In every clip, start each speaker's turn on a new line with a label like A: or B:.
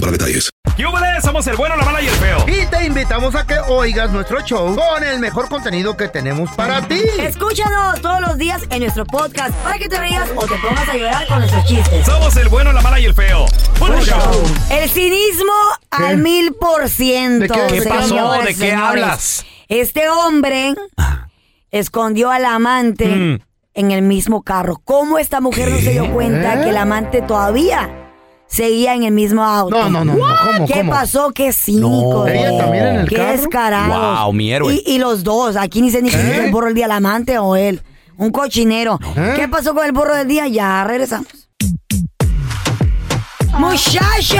A: para detalles.
B: ¡Yúbales! Somos el bueno, la mala y el feo. Y te invitamos a que oigas nuestro show con el mejor contenido que tenemos para ti.
C: Escúchanos todos los días en nuestro podcast para que te rías o te pongas a llorar con nuestros chistes.
D: Somos el bueno, la mala y el feo. Puro show.
C: El cinismo al mil por ciento.
D: ¿De qué? ¿Qué
C: señores,
D: pasó? ¿De qué
C: señores.
D: hablas?
C: Este hombre escondió al amante
D: Mm.
C: en el mismo carro. ¿Cómo esta mujer no se dio cuenta que el amante todavía seguía en el mismo auto?
B: No, no, no, no. ¿Cómo,
C: ¿Qué
B: cómo?
C: pasó? Qué cínico.
B: ¿Ella también en el
C: Qué
B: carro?
C: descarados.
D: Wow, mi héroe.
C: Y, y los dos, aquí ni se ni quién es el burro del día, el amante o él. Un cochinero.
D: ¿Eh?
C: ¿Qué pasó con el burro del día? Ya regresamos. ¡Muchachos!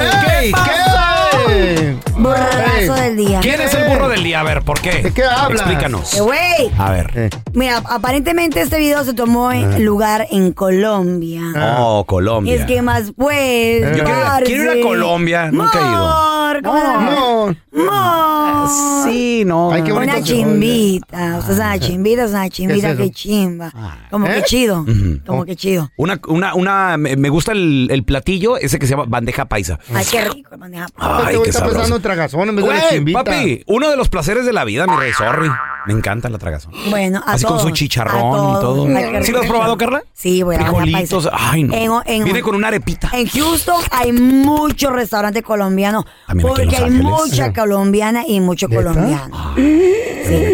D: ¿Eh?
B: ¡Ey, qué!
C: Burrazo
B: Ey.
C: del día.
D: ¿Quién es el burro del día? A ver, ¿por qué?
B: ¿De qué hablas?
C: Eh,
D: Explícanos.
C: Güey,
D: A ver.
B: Eh,
C: mira, aparentemente este video se tomó en lugar en Colombia.
B: ah.
D: Oh, Ah. Colombia.
C: Es que más pues.
D: Yo quiero-
C: parce.
D: quiero ir a Colombia, nunca he ido.
C: Mor, ¿cómo la-
B: no.
C: Mor.
D: Sí, no.
B: Ay, qué bonito.
C: Una chimbita, o sea, es
D: Ah.
C: una chimbita, es una chimbita,
B: eso?
C: qué chimba. Como
B: ¿Eh?
C: que chido, como que chido.
D: Una, una, una, me me gusta el, el platillo ese que se llama bandeja paisa.
C: Ay, qué rico, maneja.
D: Ay,
B: este
D: qué
B: está pensando
D: sabroso.
B: en tragazón en vez de la
D: Güey,
B: Pues chimbita.
D: papi, uno de los placeres de la vida, mi rey, sorry. Me encanta la tragazón.
C: Bueno, a
D: Así
C: todos,
D: con su chicharrón
C: a
D: y todo.
C: todos. Ay, qué
D: ¿Sí lo has
C: rico.
D: probado, Carla?
C: Sí, güey. a la
D: Frijolitos,
C: paisa.
D: ay, no.
C: En- en-
D: Viene con una arepita.
C: En Houston hay muchos restaurantes colombianos
D: También aquí en Los
C: porque hay
D: Ángeles.
C: mucha colombiana y mucho colombiano.
D: Aquí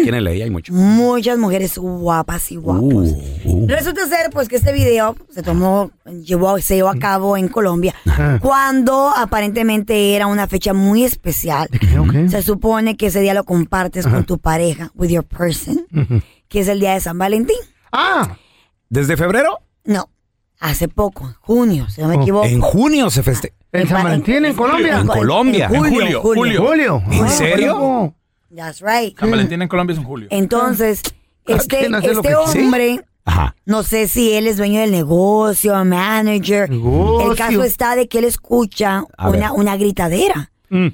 D: en LA hay mucho.
C: Muchas mujeres guapas y guapos.
D: Uh, uh.
C: Resulta ser pues que este video se tomó, llevó, se llevó a cabo en Colombia cuando aparentemente era una fecha muy especial. Se supone que ese día lo compartes con tu pareja, with your person, que es el día de San Valentín.
B: Ah,
D: ¿Desde febrero?
C: No, hace poco, junio, si no me
B: Oh,
C: equivoco.
D: En junio se feste.
B: en San Valentín, en Colombia.
D: En Colombia, en julio, julio.
B: Julio.
D: ¿En
B: Ah,
D: serio?
B: bueno.
C: That's right.
E: San Valentín en Colombia es en julio.
C: Entonces,
B: Cada
C: este,
B: quien Ah, hace lo
C: este
B: que quiere.
C: hombre,
D: Ajá.
C: no sé si él es dueño del negocio, manager.
B: Negocio.
C: El caso está de que él escucha
D: A
C: una,
D: ver.
C: una gritadera.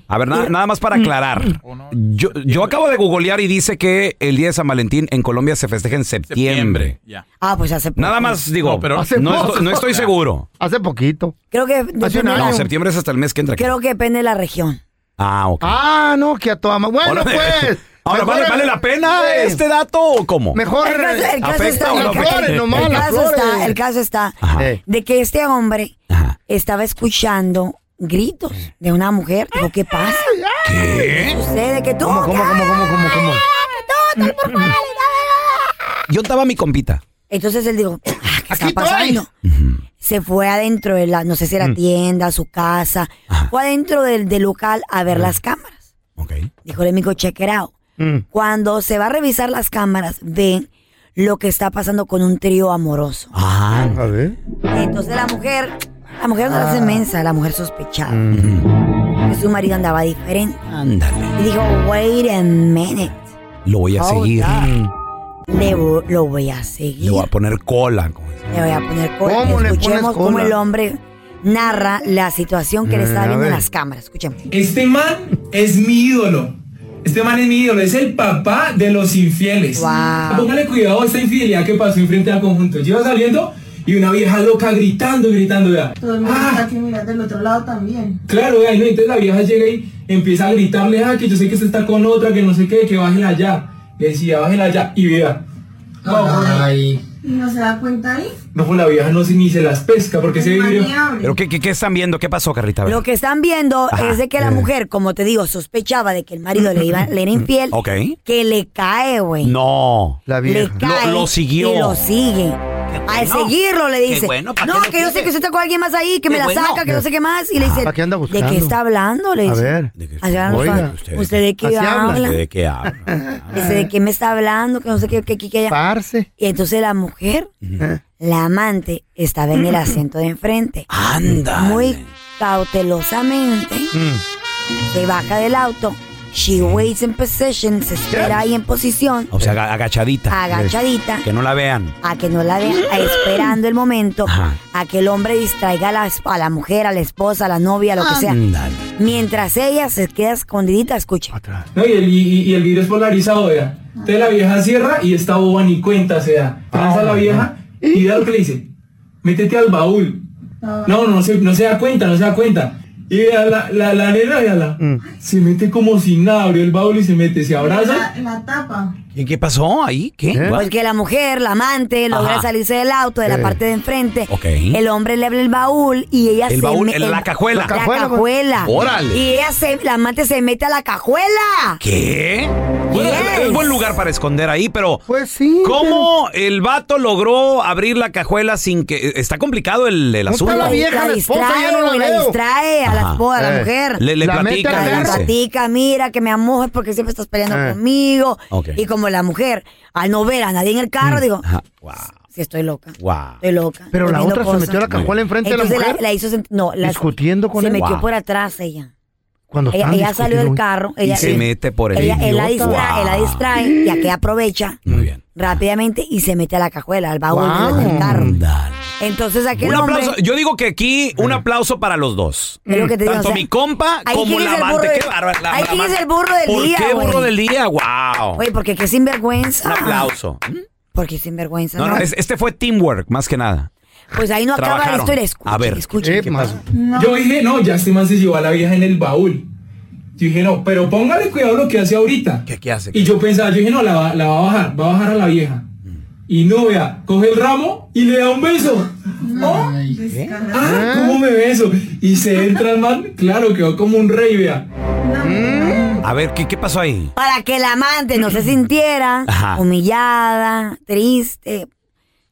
D: A ver, na- nada más para aclarar. Yo, yo acabo de googlear y dice que el día de San Valentín en Colombia se festeja en septiembre.
E: Ya.
C: Ah, pues hace poco.
D: Nada más digo,
E: No, pero-
B: Hace
D: no,
B: poco.
D: estoy, no estoy seguro.
B: Hace poquito.
C: Creo que
B: Hace un
C: depende,
B: año.
D: No, septiembre es hasta el mes que entra. aquí.
C: creo que depende de la región.
D: Ah, ok.
B: Ah, no, que a toda ma- Bueno,
D: Ahora,
B: pues.
D: ahora
B: mejor
D: ¿vale,
B: el-
D: vale la pena
B: eh,
D: este dato o cómo?
B: Mejor.
C: El caso, el caso
D: ¿afecta
C: está,
D: o no
C: el,
D: afecta?
C: caso-
D: Flores,
B: nomás,
C: el
B: las
C: caso
B: flores.
C: está, el caso está
D: Ajá.
B: Eh,
C: de que este hombre
D: Ajá.
C: estaba escuchando gritos de una mujer. Digo, ¿qué pasa? ¿Qué sucede? Que tú.
B: ¿Cómo, cómo, cómo, cómo, cómo, cómo?
D: Yo estaba mi compita.
C: Entonces él dijo, "Ah, ¿qué está
B: Aquí estoy.
C: pasando? Se fue adentro de la, no sé si era tienda, su casa, fue adentro del, del local a ver las cámaras.
D: Ok.
C: Dijo el amigo, check it out.
B: Mm.
C: Cuando se va a revisar las cámaras, ven lo que está pasando con un trío amoroso.
D: Ah,
B: A ver.
C: Entonces la mujer, la mujer no la
B: Ah.
C: hace mensa, la mujer sospechaba. Que su marido andaba diferente.
B: Ah.
D: ándale.
C: Y dijo, wait a minute.
D: Lo voy a
C: Hold
D: seguir.
C: up. Le vo- lo voy a seguir.
D: Le voy a poner cola. como dice.
C: Le voy a poner cola.
B: ¿Cómo le
C: Escuchemos
B: pones
C: cómo
B: cola?
C: el hombre narra la situación que le está
B: a
C: viendo en
B: ver.
C: las cámaras. Escuchemos.
F: Este man es mi ídolo. Este man es mi ídolo, es el papá de los infieles.
C: Wow.
F: Póngale cuidado a esta infidelidad que pasó enfrente al conjunto. Yo iba saliendo y una vieja loca gritando, gritando, vea.
E: Todo el mundo está que mirar del otro lado también.
F: Claro, vea, y no, entonces la vieja llega y empieza a gritarle, ah, que yo sé que usted está con otra, que no sé qué, que bájela allá. Le decía, bájela allá, y vea. Ay.
E: ¿Y no se da cuenta ahí?
F: No, pues la vieja no se ni se las pesca, porque se vidrio...
D: ¿Pero qué, qué, qué están viendo? ¿Qué pasó, Carrita? A ver.
C: Lo que están viendo
D: Ajá.
C: es de que la mujer, como te digo, sospechaba de que el marido le, iba, le era infiel,
D: Ok.
C: que le cae, güey.
D: No.
B: La
C: Le cae
D: Lo, lo siguió.
C: y lo sigue. Al seguirlo le dice,
D: Qué bueno, ¿para
C: no,
D: qué lo
C: que yo
D: quieres?
C: sé que usted está con alguien más ahí, que me
D: Qué
C: la
D: bueno.
C: saca, que no sé qué más. Y le dice,
B: ¿Para qué anda
C: ¿de
B: buscando?
C: qué está hablando? Le
B: A
C: dice,
B: ver.
D: ¿De qué-
C: Allá no
B: Oiga,
C: sabe.
D: usted-
C: ¿Usted de qué
B: así habla.
C: habla?
D: ¿De qué habla?
C: Dice, ¿de qué me está hablando? Que no sé qué, qué, qué, qué, allá.
B: Parce.
C: Y entonces la mujer,
B: ¿eh?
C: la amante, estaba en el asiento de enfrente.
D: Anda.
C: Muy cautelosamente
D: Mm.
C: se baja del auto. She waits in position, se espera ahí en posición,
D: O sea, aga- agachadita.
C: agachadita,
D: Que no la vean.
C: a que no la vean, a esperando el momento,
D: Mm. Ajá.
C: a que el hombre distraiga a la, es- a la mujer, a la esposa, a la novia, lo que
D: Ah.
C: sea.
D: Ándale.
C: Mientras ella se queda escondidita, escuche.
B: Atrás.
F: No, y el, y- y el vidrio es polarizado, vea. Entonces la vieja cierra y esta boba ni cuenta, se da. Lanza a
D: Ah,
F: la vieja y vea lo que le dice. Métete al baúl. No, no se, no se da cuenta, no se da cuenta. Y vea la, la, la nena, vea la.
D: Mm.
F: Se mete como si nada, abrió el baúl y se mete, se abraza.
E: La, la tapa.
D: ¿Y qué pasó ahí? ¿Qué?
B: ¿Eh?
D: What?
C: Pues que la mujer, la amante, logra
D: Ajá.
C: salirse del auto, de la
B: Sí.
C: parte de enfrente.
D: Ok.
C: El hombre le abre el baúl y ella
D: El
C: se
D: baúl,
C: mete
D: el- la cajuela.
C: La
B: Cajuela,
C: cajuela.
B: pues.
D: Órale.
C: Y ella se, la amante se mete a la cajuela.
D: ¿Qué? Bueno,
C: Yes.
D: es buen lugar para esconder ahí, pero
B: Pues sí.
D: ¿cómo el vato logró abrir la cajuela sin que... eh, Está complicado el, el
B: No está
D: asunto.
B: la vieja, la esposa, ya no la
C: güey, la
B: veo.
C: distrae a la
D: Ajá.
C: esposa, a la
B: Eh.
C: mujer.
D: Le, le
B: La mete
D: platica,
B: al
D: le
C: La
B: perro.
D: dice.
C: platica, mira que me amojes porque siempre estás peleando
B: Eh.
C: conmigo.
D: Ok.
C: Y como la mujer, al no ver a nadie en el carro, digo,
D: Ajá. Wow.
C: si estoy loca.
D: Wow.
C: Estoy loca.
B: Mm. Pero
C: estoy
B: la
C: viendo
B: otra se
C: cosas".
B: metió a la cajuela enfrente de la
C: Entonces
B: mujer.
C: la hizo sent- no, la-
B: discutiendo con
C: se
B: él.
C: metió
D: Wow.
C: por atrás ella.
B: Cuando
C: Ella,
B: estaban
C: ella salió del
B: discutiendo,
C: carro.
D: Y
C: Ella,
D: se
C: ella-
D: mete por el
C: ella- él la
D: idiota.
C: distrae, él la
D: Wow.
C: distrae y aquí aprovecha
D: Muy bien.
C: rápidamente y se mete a la cajuela, al baúl
B: Wow.
C: del carro.
D: Ándale.
C: Entonces aquel
D: Un
C: hombre
D: aplauso. Yo digo que aquí un aplauso para los dos.
C: es lo que te digo,
D: Tanto
C: o sea,
D: mi compa
C: ¿eh? ahí
D: como
C: quién
D: la
C: es el
D: amante.
C: burro de-
D: Qué bárbaro, la-
C: ahí
D: la
C: quién es
D: amante.
C: el burro del
D: ¿Por
C: día,
D: qué burro
C: güey?
D: del día? ¡Wow!
C: Oye, porque qué sinvergüenza.
D: Un aplauso.
C: Porque sinvergüenza.
D: No,
C: No,
D: no, es- este fue teamwork, más que nada.
C: Pues ahí no acaba la
D: trabajaron.
C: historia. Escuchen,
D: A ver.
C: escuchen.
B: Eh, más-
E: No.
F: Yo dije, no, ya este man se llevó a la vieja en el baúl. Yo dije, no, pero póngale cuidado lo que hace ahorita.
D: ¿Qué- qué hace?
F: Y yo pensaba, yo dije, no, la, va- la va a bajar, va a bajar a la vieja.
D: Mm.
F: Y no, vea, coge el ramo y le da un beso. Oh,
E: pues, Descarada.
F: ah, ¿cómo me beso? Y se entra el man, claro, quedó como un rey, vea.
G: Mm.
D: A ver, ¿qué, qué pasó ahí?
C: Para que la amante no se sintiera
D: Ajá.
C: humillada, triste,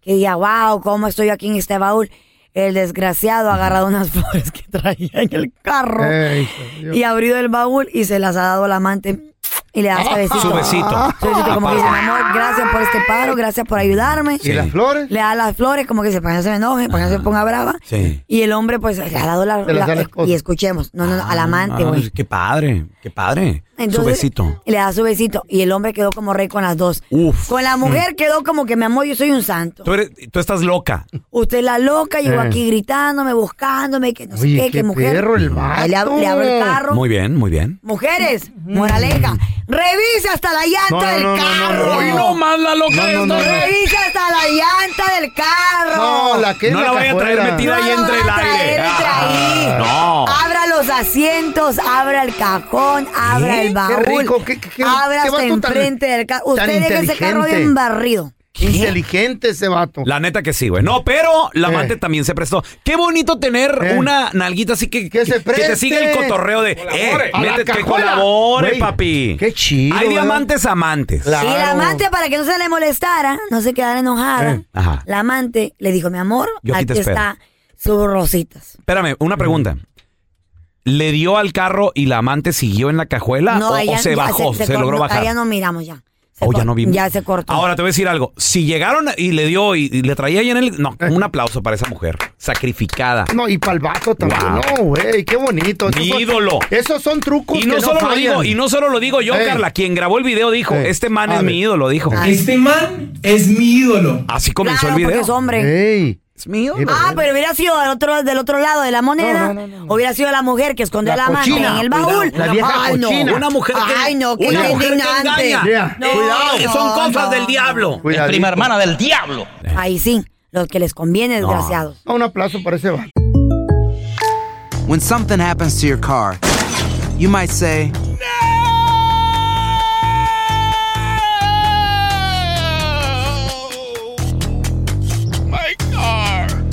C: que diga, wow, ¿cómo estoy aquí en este baúl? El desgraciado ha agarrado unas flores que traía en el carro
B: Ey, Eh, Dios.
C: y ha abrido el baúl y se las ha dado la amante y le da ese besito.
D: Su besito.
C: Su besito, como que dice, mi amor, gracias por este paro, gracias por ayudarme.
B: ¿Y las flores?
C: Le da las flores, como que dice, para que no se me enoje, para que no se ponga brava.
D: Sí.
C: Y el hombre, pues, le ha dado la,
B: Se las
C: la-
B: da a la esposa.
C: Y escuchemos, no, no, no, al amante,
D: Ah,
C: güey.
D: qué padre, qué padre. Su
C: Entonces,
D: besito.
C: Le da su besito. Y el hombre quedó como rey con las dos.
D: Uf.
C: Con la mujer quedó como que, mi amor, yo soy un santo.
D: Tú, eres- tú estás loca.
C: Usted la loca, llegó
B: Eh.
C: aquí gritándome, buscándome, que no sé
B: Oye,
C: qué, que
B: qué
C: mujer.
B: perro el
C: Ahí le, ab-
B: vato.
C: le abro el carro.
D: Muy bien, muy bien.
C: Mujeres, moraleja, revisa hasta la
B: No, no,
C: llanta del
B: no, no,
C: carro.
B: no, no, no. Hoy
D: más la loca
B: No, no, esta. no,
C: Revisa hasta la llanta del carro.
B: No, la que
D: No la vaya a traer
B: cajuela.
D: metida. Tira ahí
C: lo
D: entre
C: van a
D: el aire.
C: traer entre ahí.
D: Ah, no.
C: Abra los asientos, abra el cajón, abra
B: ¿Eh?
C: el
B: Qué
C: baúl.
B: rico, qué- qué- qué-
C: abra
B: qué
C: hasta
B: vato tan-
C: enfrente del carro. Usted
B: tan
C: deja ese carro
B: inteligente.
C: bien barrido. ¿Eh?
B: Inteligente ese vato.
D: La neta que sí, güey. No, pero la amante
B: Eh.
D: también se prestó. Qué bonito tener
B: Eh.
D: una nalguita así que,
B: Que se
D: te
B: preste.
D: siga el cotorreo de eh,
B: A la
D: métete, que
B: cajuela.
D: colabore,
B: Güey,
D: papi.
B: qué chido,
D: Hay
B: ¿verdad?
D: diamantes amantes.
B: Claro.
C: Y la amante, para que no se le molestara, no se quedara enojada,
B: Eh,
D: ajá.
C: la amante le dijo, mi amor,
D: Yo aquí
C: aquí,
D: te espero".
C: está sus rositas.
D: Espérame, una pregunta. ¿Le dio al carro y la amante siguió en la cajuela o, o
C: ella-
D: se
C: ya
D: bajó? Se,
C: cor-
D: logró
C: no,
D: bajar.
C: ahí ya no miramos ya. Se
D: Oh, ya
C: cor-
D: no vimos.
C: Ya se cortó.
D: Ahora te voy a decir algo. Si llegaron y le dio y, y le traía ahí en el. No,
B: Eh.
D: un aplauso para esa mujer. Sacrificada.
B: No, y pa'l vato también.
D: Wow.
B: No, güey, qué bonito.
D: Mi
B: son-
D: ídolo.
B: esos son
C: Pues
B: trucos
D: Y no,
B: que
D: solo lo
B: fallan.
D: digo, y no solo lo digo yo,
B: Eh.
D: Carla. Quien grabó el video dijo:
B: Eh.
D: Este man
B: A
D: es
B: ver.
D: mi ídolo, dijo.
F: Este man es mi ídolo.
D: Así
C: claro,
D: comenzó el
C: porque
D: video.
C: es hombre.
B: Ey,
D: Es mío.
B: Eh,
C: Ah, pero hubiera sido del otro, del otro lado de la moneda.
B: No, no, no, no.
C: Hubiera sido la mujer que escondió
B: La
C: la, mano
B: cochina,
C: en el
B: cuidado,
C: baúl.
B: la vieja
C: Ay, no.
B: cochina.
D: Una mujer que-
C: Ay, no, qué
D: una mujer que
C: indignante.
D: engaña.
B: Yeah.
C: No,
D: Cuidado,
C: no,
D: son cosas
C: no,
D: del
C: no.
D: diablo.
B: cuidadito.
H: prima hermana del diablo.
C: Ahí sí. los que les conviene,
H: No.
C: desgraciados.
B: Un aplauso para ese vato.
H: When something happens to your car, you might say,
I: My car.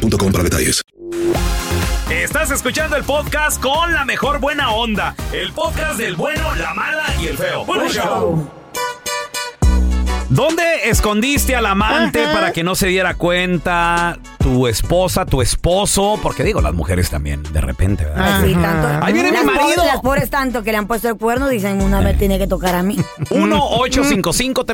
A: para detalles.
D: Estás escuchando el podcast con la mejor buena onda. El podcast del bueno, la mala y el feo. Bueno,
B: Ah.
D: show. ¿Dónde escondiste al amante para que no se diera cuenta tu esposa, tu esposo? Porque digo, las mujeres también, de repente, ¿verdad?
C: Ay, Pues sí, tanto.
D: Ahí viene mi
C: Las
D: marido.
C: pobres- Las pobres tanto que le han puesto el cuerno dicen una vez tiene que tocar a mí.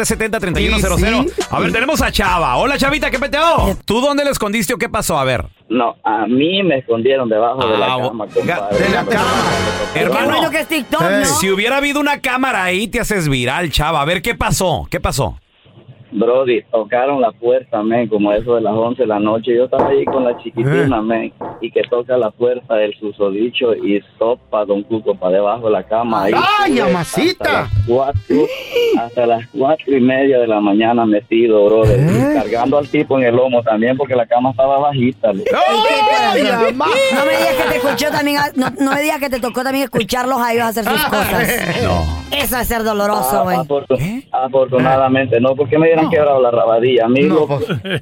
D: 1-855-370-3100. A ver, tenemos a Chava. Hola, Chavita, ¿qué peteo? ¿Tú dónde le escondiste o qué pasó? A ver.
G: No, a mí me escondieron debajo de la
D: Ah, bo-
G: cama, compadre.
D: de la
C: Qué bueno
D: Hermano,
C: que es TikTok, ¿no?
D: si hubiera habido una cámara ahí, te haces viral, Chava. A ver, ¿qué pasó? ¿Qué pasó?
G: Brody, tocaron la puerta, men, como eso de las 11 de la noche. Yo estaba ahí con la chiquitina, men, y que toca la puerta el susodicho y sopa Don Cuco para debajo de la cama. Ahí
B: ¡Ay,
G: estuve
B: amacita!
G: Hasta las, cuatro, hasta las cuatro y media de la mañana metido, brother. Y Cargando al tipo en el lomo también porque la cama estaba bajita. le-
C: No me digas que te escuchó también, a- no, no me digas que te tocó también escucharlos a ellos hacer sus cosas. Eso es ser
J: Ah,
C: doloroso, güey.
G: Afortun-
D: ¿Eh?
G: Afortunadamente, no, porque me hubieran quebrado la rabadilla, amigo.
D: pues.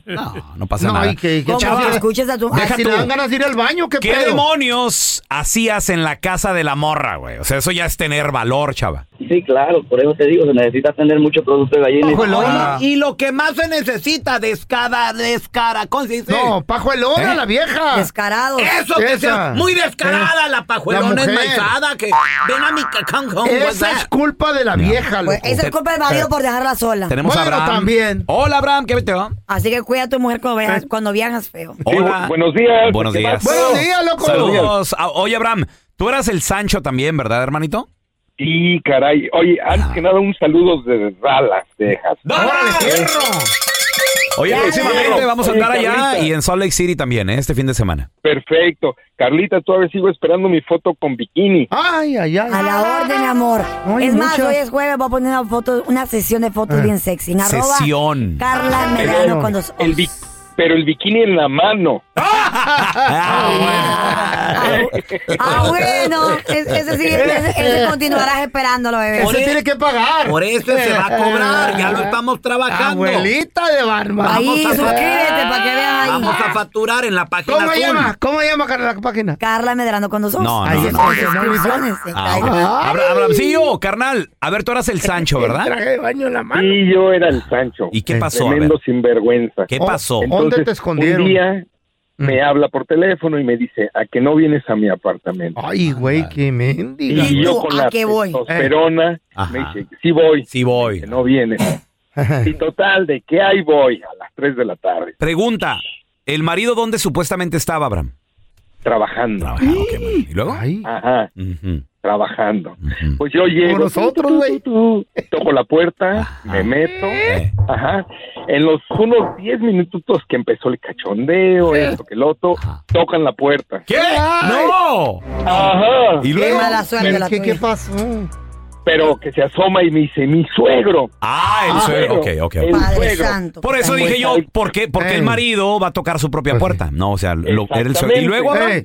D: No pasa
G: No,
D: nada.
G: y que- que
C: ¿Cómo
D: Chava,
C: que escuches a tu
D: deja
C: a-
D: tú.
B: de ir al baño,
D: ¿Qué demonios hacías en la casa de la morra, güey? O sea, eso ya es tener valor, Chava.
G: Sí, claro, por eso te digo, se necesita tener mucho producto de gallina. Ah,
K: Y lo que más se necesita, descada, descara, ¿cómo se dice?
B: No, pajuelona,
D: ¿Eh?
B: la vieja.
C: Descarado.
K: Eso, que
B: Esa.
K: sea muy descarada
B: Eh,
K: la pajuelona
B: la mujer.
K: enmaizada, que ven a mi cacán,
B: Esa es culpa de la vieja,
C: Pues,
B: loco.
C: esa es culpa del marido por dejarla sola.
D: Tenemos a Abraham. Hola, Abraham, ¿qué peteo?
C: Así que cuida a tu mujer cuando viajas, cuando viajas feo.
D: Hola. buenos días. Buenos días.
C: Buenos días, loco.
D: Saludos. Ah, Oye, Abraham, tú eras el Sancho también, ¿verdad, hermanito?
J: Sí, caray. Oye, antes que nada, un saludo desde Dallas, Texas.
D: Oye,
J: Ya,
D: próximamente
J: ya.
D: vamos a
J: Oye,
D: andar allá
J: Carlita.
D: y en Salt Lake City también, ¿eh? este fin de semana.
J: Perfecto. Carlita, todavía sigo esperando mi foto con bikini.
B: Ay, ay, ay.
C: A la orden, mi amor.
B: Ay,
C: es más,
B: muchas.
C: hoy es jueves, voy a poner una foto, una sesión de fotos bien sexy. En arroba
D: Sesión.
C: Carla
J: Pero-
C: Medrano con dos
J: el bi- pero el bikini en la mano.
C: Ah, bueno. es- ese sí, ese, ese continuarás esperándolo, bebé.
K: Ese tiene
B: que pagar.
K: Por eso se va a cobrar, ya lo estamos trabajando.
B: Abuelita de barba.
K: Ahí,
B: Vamos a-
K: suscríbete
C: para que veas ahí.
K: Vamos a facturar en la página
B: ¿Cómo
K: azul.
B: llama? ¿Cómo llama Carla, la página?
C: Carla Medrano con dos
D: No, no,
B: Ahí
D: no,
B: está,
D: no.
B: que no me
C: opciones.
D: Ah, ok. Abra- Abrahamcillo, carnal. A ver, tú eras el Sancho, ¿verdad?
B: de baño en la mano.
J: Y yo era el Sancho.
D: ¿Y qué pasó? A
J: Tremendo
D: ver.
J: sinvergüenza.
D: ¿Qué pasó? Mm.
J: Entonces,
D: ¿Dónde te escondieron?
J: Un día me habla por teléfono y me dice, ¿a que no vienes a mi apartamento?
B: Ay, güey, qué mendiga.
J: Y yo con la testosterona me dice, sí voy.
D: Sí voy.
J: no vienes. y total, ¿de qué ahí voy? A las 3 de la tarde,
D: Pregunta, ¿el marido dónde supuestamente estaba, Abraham?
J: trabajando.
D: ¿Y luego?
J: Ajá. Trabajando. Pues yo llego.
B: Como nosotros,
J: tu, tu, tu, tu, Toco la puerta, me meto.
D: Eh.
J: Ajá. En los unos 10 minutitos que empezó el cachondeo, esto que el otro, tocan la puerta.
D: ¿Qué? ¡No!
J: Ajá.
D: ¿Y
C: luego? Qué mala suerte la
B: ¿Qué,
C: tuya.
B: ¿Qué pasó?
J: Pero que se asoma y me dice, mi suegro.
D: Ah, el suegro. Ok, ok. ok.
J: El
C: Padre
J: suegro.
C: santo.
D: Por eso dije yo, ¿por qué, por qué el marido va a tocar su propia puerta? No, o sea, lo- era Eh. el suegro. Y luego, Abraham,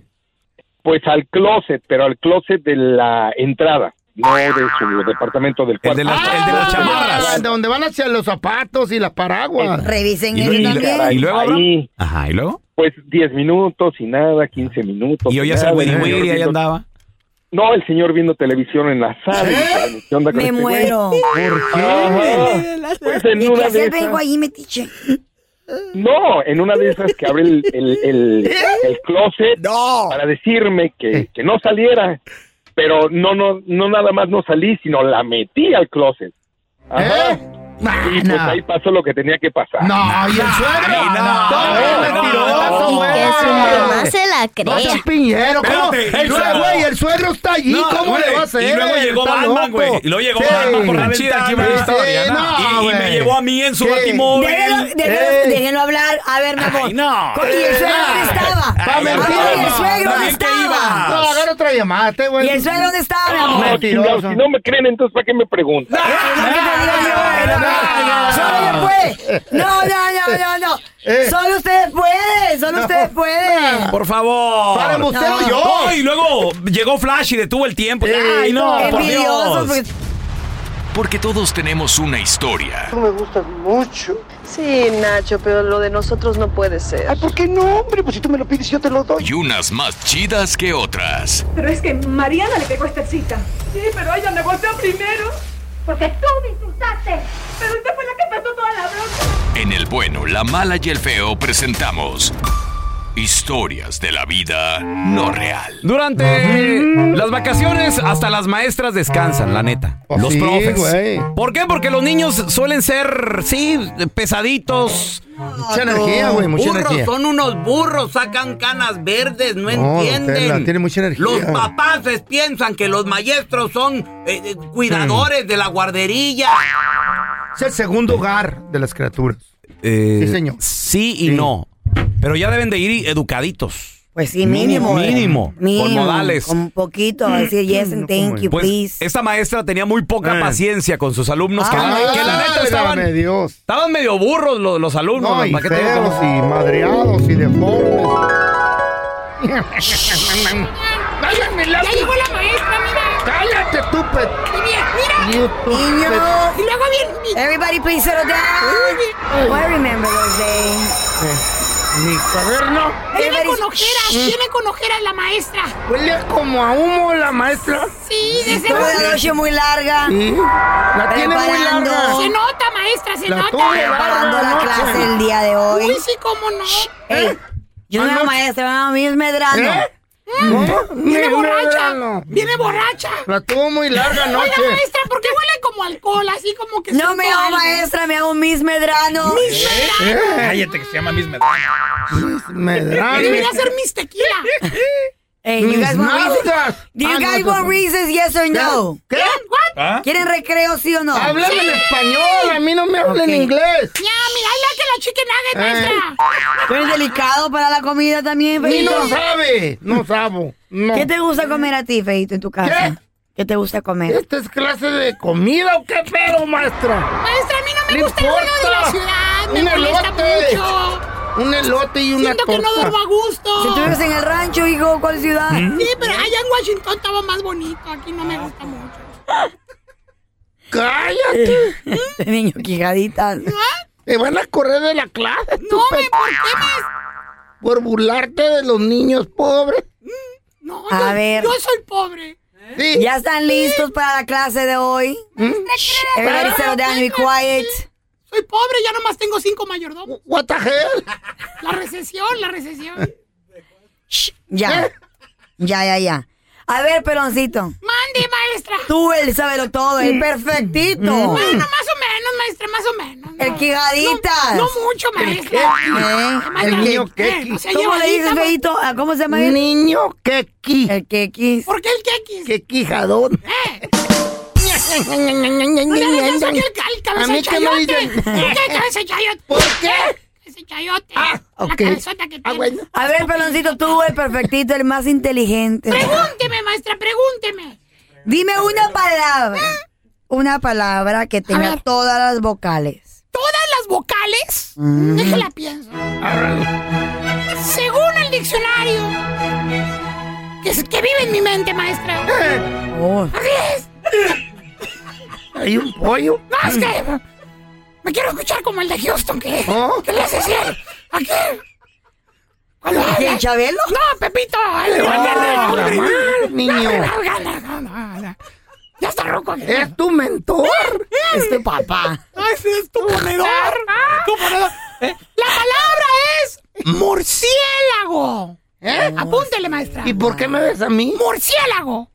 J: Pues al closet, pero al closet de la entrada. no de su departamento del Ah, cuarto. El de
D: el de las
B: De donde van hacia los zapatos y las paraguas.
C: Revisen
J: Y- y- y luego, Abraham?
D: Ajá, ¿y luego?
J: Pues 10 minutos y nada, 15 minutos.
D: Y hoy hace
J: nada,
D: el wiri
J: señor
D: wiri, ahí
J: viendo-
D: andaba.
J: No, el señor viendo televisión en la sala. y ¿Qué onda con
C: Me
J: este güey?
C: muero.
J: Ajá. Pues en
C: ¿Y
J: una
C: qué
J: de
C: hace el
J: esas-
C: vengo ahí, metiche?
J: No, en una de esas que abre el, el, el-
L: ¿Eh?
J: el closet para decirme que, que no saliera. Pero no, no, no nada más no salí, sino la metí al closet. Ajá. Y pues ahí pasó lo que tenía que pasar.
B: ¿Eh? No, y el suegro.
M: Y que su mamá se la
B: No
M: crea.
B: seas piñero, ¿cómo?
D: Espérate,
B: El
D: el
B: suegro,
D: suegro.
B: güey, el suegro está allí,
D: No,
B: ¿cómo
D: güey,
B: le va a hacer?
D: Y luego llegó
B: Está
D: Batman,
B: loco.
D: güey. Y luego llegó
B: Sí.
D: Batman por la ventana. aquí me
B: Sí, no,
D: y, y me
B: güey.
D: llevó a mí en su
B: Sí.
D: batimóvil.
C: Déjenlo, déjenlo, déjenlo hablar. A ver, mi amor.
D: Eh. Ay, no. Eh,
C: ¿Cómo- ¿Y el suegro dónde estaba?
B: Ay,
C: A
B: mentira,
C: ver, ¿y el
B: no.
C: suegro dónde
B: También que
C: estaba?
B: No, agarra otra llamada, este güey.
C: ¿Y el suegro dónde estaba, mi
J: No,
C: amor?
J: chingados, si no me creen, entonces ¿para qué me preguntan?
C: Solo puede. No, no, no, no, no.
D: Eh.
C: Solo ustedes pueden, solo ustedes pueden.
D: Por favor.
C: Párame usted o yo.
D: No, y luego llegó Flash y detuvo el tiempo. Ay, no, por Dios.
N: Porque todos tenemos una historia.
O: me gustas mucho. Sí, Nacho, pero lo de nosotros no puede ser. Ay, ¿por qué no, hombre? Pues si tú me lo pides, yo te lo doy.
N: Y unas más chidas que otras.
L: Pero es que Mariana le pegó esta cita. Sí, pero ella me golpeó primero. Porque tú me insultaste. Pero usted fue la que pasó toda la bronca.
N: En el bueno, la mala y el feo presentamos historias de la vida no real.
D: Durante las vacaciones hasta las maestras descansan, la neta. los
B: Oh, sí,
D: profes.
B: güey.
D: ¿Por qué? Porque los niños suelen ser, sí, pesaditos.
B: Mucha energía, Ah, güey, mucha
K: burros,
B: energía.
K: son unos burros, sacan canas verdes, no,
B: No, Tela,
K: entienden.
B: tiene mucha energía.
K: Los papás piensan que los maestros son eh, eh, cuidadores de la guarderilla.
B: Es el segundo hogar de las criaturas.
D: Eh,
B: Sí, señor.
D: Sí y no. Pero ya deben de ir educaditos.
C: Pues sí, mínimo. eh.
D: Mínimo. Con modales.
C: Con poquito. Decir yes and thank you,
D: Pues
C: please.
D: esta maestra tenía muy poca paciencia con sus alumnos que,
B: Eh. Ah,
D: que la neta
B: válgame
D: estaban,
B: Dios.
D: estaban medio burros los, los alumnos.
B: No, y
D: ¿para qué te digo que
B: feos
D: no?
B: y madreados y deformes.
L: Ya llegó la maestra, mira.
B: ¡Cállate, tú, pe-
L: Y mira, mira.
B: you tú,
C: Niños.
B: pe-
L: Y luego bien.
C: Everybody please settle down. Oh, I remember those days.
B: Eh, Mi cuaderno
L: Viene
C: Everybody's-
L: con ojeras, viene con ojeras la maestra.
B: huele como a humo la maestra.
L: Sí, de
C: Tuve una noche muy larga.
B: Sí, la tiene muy
C: Preparando.
B: larga.
L: Se nota, maestra, se
B: La
L: nota.
B: tuve
C: Preparando
B: larga ¿Eh?
C: la
B: noche.
C: clase el día de hoy.
L: Uy, sí, cómo no.
C: Ey, yo no era
L: Anoche-
C: maestra, no, a mí es medrano.
B: ¿Eh? No,
L: Mm. Viene
B: ni-
L: borracha.
B: no, no.
L: Viene borracha.
B: La tuvo muy larga noche.
L: Oiga, maestra, ¿por qué huele como alcohol? Así como que.
C: No
L: siento
C: me hago
L: algo.
C: maestra, me hago Miss Medrano. ¿Eh?
B: ¿Eh?
D: Cállate que se llama Miss Medrano.
B: Medrano.
L: Debería ser mis tequila.
C: Hey, you
B: Mis
C: guys want Reese's?
B: nalgas.
C: Do you
B: Ah, no,
C: guys
B: no,
C: want
B: no.
C: Reese's, yes or no?
B: ¿Qué?
D: ¿Ah?
C: ¿Quieren recreo, sí o no?
B: Háblame en español, a mí no me hablen
C: Ok.
B: en inglés.
L: Ya, mira, ahí la que la chicken
B: Eh,
L: nugget, maestra.
C: ¿Tú eres delicado para la comida también,
B: Y
C: Feito?
B: no sabe, no sabo. No.
C: ¿Qué te gusta comer a ti, Feito, en tu casa? ¿Qué? te gusta comer?
B: ¿Esta es clase de comida o qué pedo, maestra?
L: Maestra, a mí no me
B: Eh, No
L: gusta el ruido de la
B: importa.
L: ciudad. Me
B: Un
L: molesta
B: elote.
L: mucho.
B: Un elote y una
L: Siento que no
B: torta.
L: duermo a gusto.
C: Si estuvieras en el rancho, hijo, ¿cuál ciudad?
L: Sí, pero allá en Washington estaba más bonito. Aquí no me gusta mucho.
B: ¡Cállate!
C: Este niño, quijaditas.
B: Te van a correr de la clase, tú,
L: No,
B: pe-
L: me, ¿por qué me.?
B: por burlarte de los niños pobres.
L: No,
C: A
L: yo,
C: ver.
L: yo soy pobre.
B: Sí.
C: ¿Ya están listos para la clase de hoy? Everybody settle down and be quiet.
L: Soy pobre, ya nomás tengo cinco mayordomos.
B: What the hell?
L: La recesión, la recesión.
C: Ya. Ya, ya, ya. A ver, peloncito.
L: Mande, maestra.
C: Tú, él, sábelo todo. El perfectito.
L: Bueno, más o menos, maestra, más o menos.
C: El
L: No,
C: quijaditas.
L: No, no mucho, maestra.
C: ¿Eh?
L: Además,
B: El
L: la-
B: niño
L: eh,
B: quequi.
L: o sea,
C: ¿Cómo le dices,
L: llevadita, ma-
C: Feito? ¿A ¿Cómo se llama él?
B: Niño quequi.
C: El quequis.
L: Eh. ¿Por qué el Eh. quequis?
B: Qué quijadón.
L: Oye, yo soy el, ca- el
B: A mí
L: cabeza
B: que no dicen.
L: chayote. ¿Por qué cabeza chayote?
B: ¿Por Ah. qué?
L: Cabeza chayote.
B: ok.
L: La cabezota que
B: Ah,
L: tiene.
B: bueno.
C: A ver, peloncito, tú, el perfectito, el más inteligente.
L: Pregúnteme, maestra, pregúnteme.
C: Dime una palabra. Una palabra que tenga
L: ver.
C: todas las vocales.
L: ¿Todas las vocales? Déjela pienso. Según el diccionario. Que, es- que vive en mi mente, maestra.
C: Oh,
L: Así es.
B: ¿Hay un pollo?
L: No, es que ¿Oh? me quiero escuchar como el de Houston, que, que le hace así el- aquí. Cuando habla.
C: ¿Quién, Chabelo?
L: No, Pepito, el, el,
B: Ah,
L: el- el- el-
B: mal, niño.
L: No, no, no. Ya está roco.
B: Es tu mentor, este papá.
L: Ese es tu ponedor. Tu ponedor. Eh, La palabra es murciélago. ¿Eh? Apúntele, maestra.
B: ¿Y por qué me ves a mí?
L: Murciélago.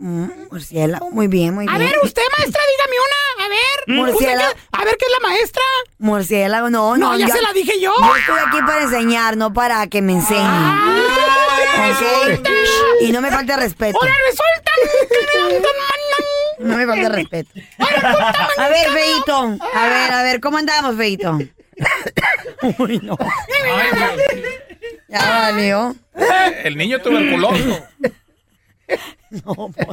C: Murciélago, muy bien, muy bien.
L: A ver, usted, maestra, dígame una. A ver. usted
C: Murciélago.
L: qué- a ver, ¿qué es la maestra?
C: Murciélago, no, no.
L: No, ya se la dije yo. Ah,
C: Yo estoy aquí para enseñar, no para que me enseñen. ¿Ok? Y no me falta respeto.
L: Ahora resulta
C: No me falta respeto. A ver, Feito. A ver, a ver, ¿cómo andamos, Feito? Uy, no. Ya valió.
F: El niño tuberculoso.
K: pues,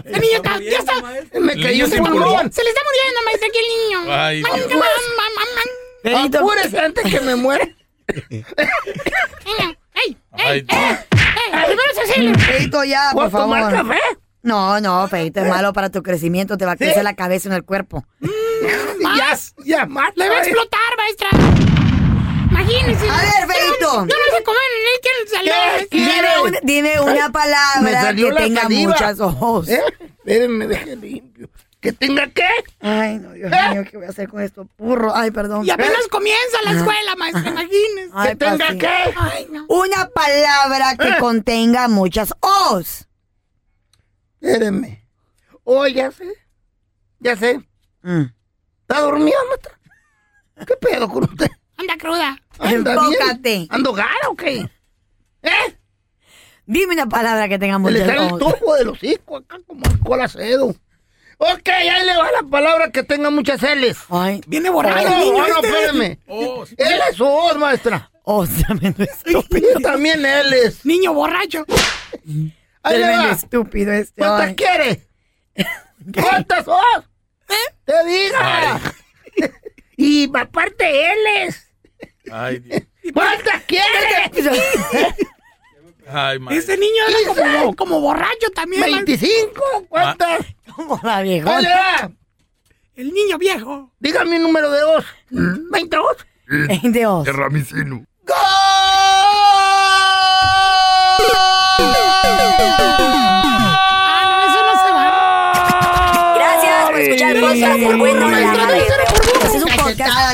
L: El niño está- ya está.
F: Me cayó sin pulmón.
L: Se le está muriendo, maestra, aquí el niño.
F: Ay,
L: Man,
F: Dios.
L: man, man, man, man.
B: Benito. Apúrese antes que me muera.
L: Venga, ey,
F: Ay,
L: ey, primero Cecilia.
C: Feito, ya, por
L: ¿Puedo
C: favor.
L: tomar café?
C: No, no, Feito, es malo para tu crecimiento. Te va a crecer la cabeza en el cuerpo.
L: Ya,
B: ya,
L: Le va a explotar, maestra. Imagínese.
C: A ver, Feito.
L: Yo no sé comer, él quiere salir.
C: Dime, una- dime una
B: Me
C: palabra
B: salió
C: que
B: la
C: tenga
B: saliva.
C: muchas ojos.
B: ¿Eh? Espérenme, deje limpio. ¿Que tenga qué?
C: Ay, no, Dios mío, ¿qué voy a hacer con esto? Burro, ay, perdón.
L: Y
B: ¿Eh?
L: apenas comienza
B: Ah.
L: la escuela, maestra, imagínese.
C: Ay,
L: Que tenga
C: Pati.
L: que- Ay, no.
C: Una palabra que
L: Eh.
C: contenga muchas O's.
B: Espérenme. Oh, ya sé. Ya sé.
C: Mm.
B: ¿Está dormido no está? ¿Qué pedo con usted?
L: Anda cruda.
B: ¿Anda bien?
C: Enfócate.
B: ¿Ando gara o qué? ¿Eh?
C: Dime una palabra que tenga
B: Se le
C: muchas
B: sale el
C: O's.
B: topo de los hijos acá como el colacedo. Ok, ahí le va la palabra que tenga muchas L's. Oh,
C: Ay.
L: Viene borracho
B: No,
L: el niño
B: no, no,
L: este.
B: espérame.
L: Os.
B: L es os, maestra.
C: Os, tremendo
B: estúpido. también L es.
L: Niño borracho.
B: Ahí le
C: Tremendo
B: va.
C: estúpido este.
B: ¿Cuántas
C: ay.
B: quiere?
L: ¿Eh?
B: ¿Cuántas os? Te diga. y aparte L es.
F: Ay, Dios.
B: ¿Cuántas quieres?
F: Ay, madre.
L: Ese niño Eh, era como, como borracho también. ma-
B: 25. ¿Cuántas?
C: Como la
B: Ahí le
C: viejona.
B: va.
L: El niño viejo. Mm.
B: Dígame un número de os. ¿20 os?
C: De os.
F: Ramicino.
P: Ah,
L: Ah, no, eso no se va.
C: Gracias por escuchar el podcast del bueno, la
L: Maestra,
C: mala y
L: no,
C: el feo.
L: no, no,
C: Este es un
P: Cachetada
C: podcast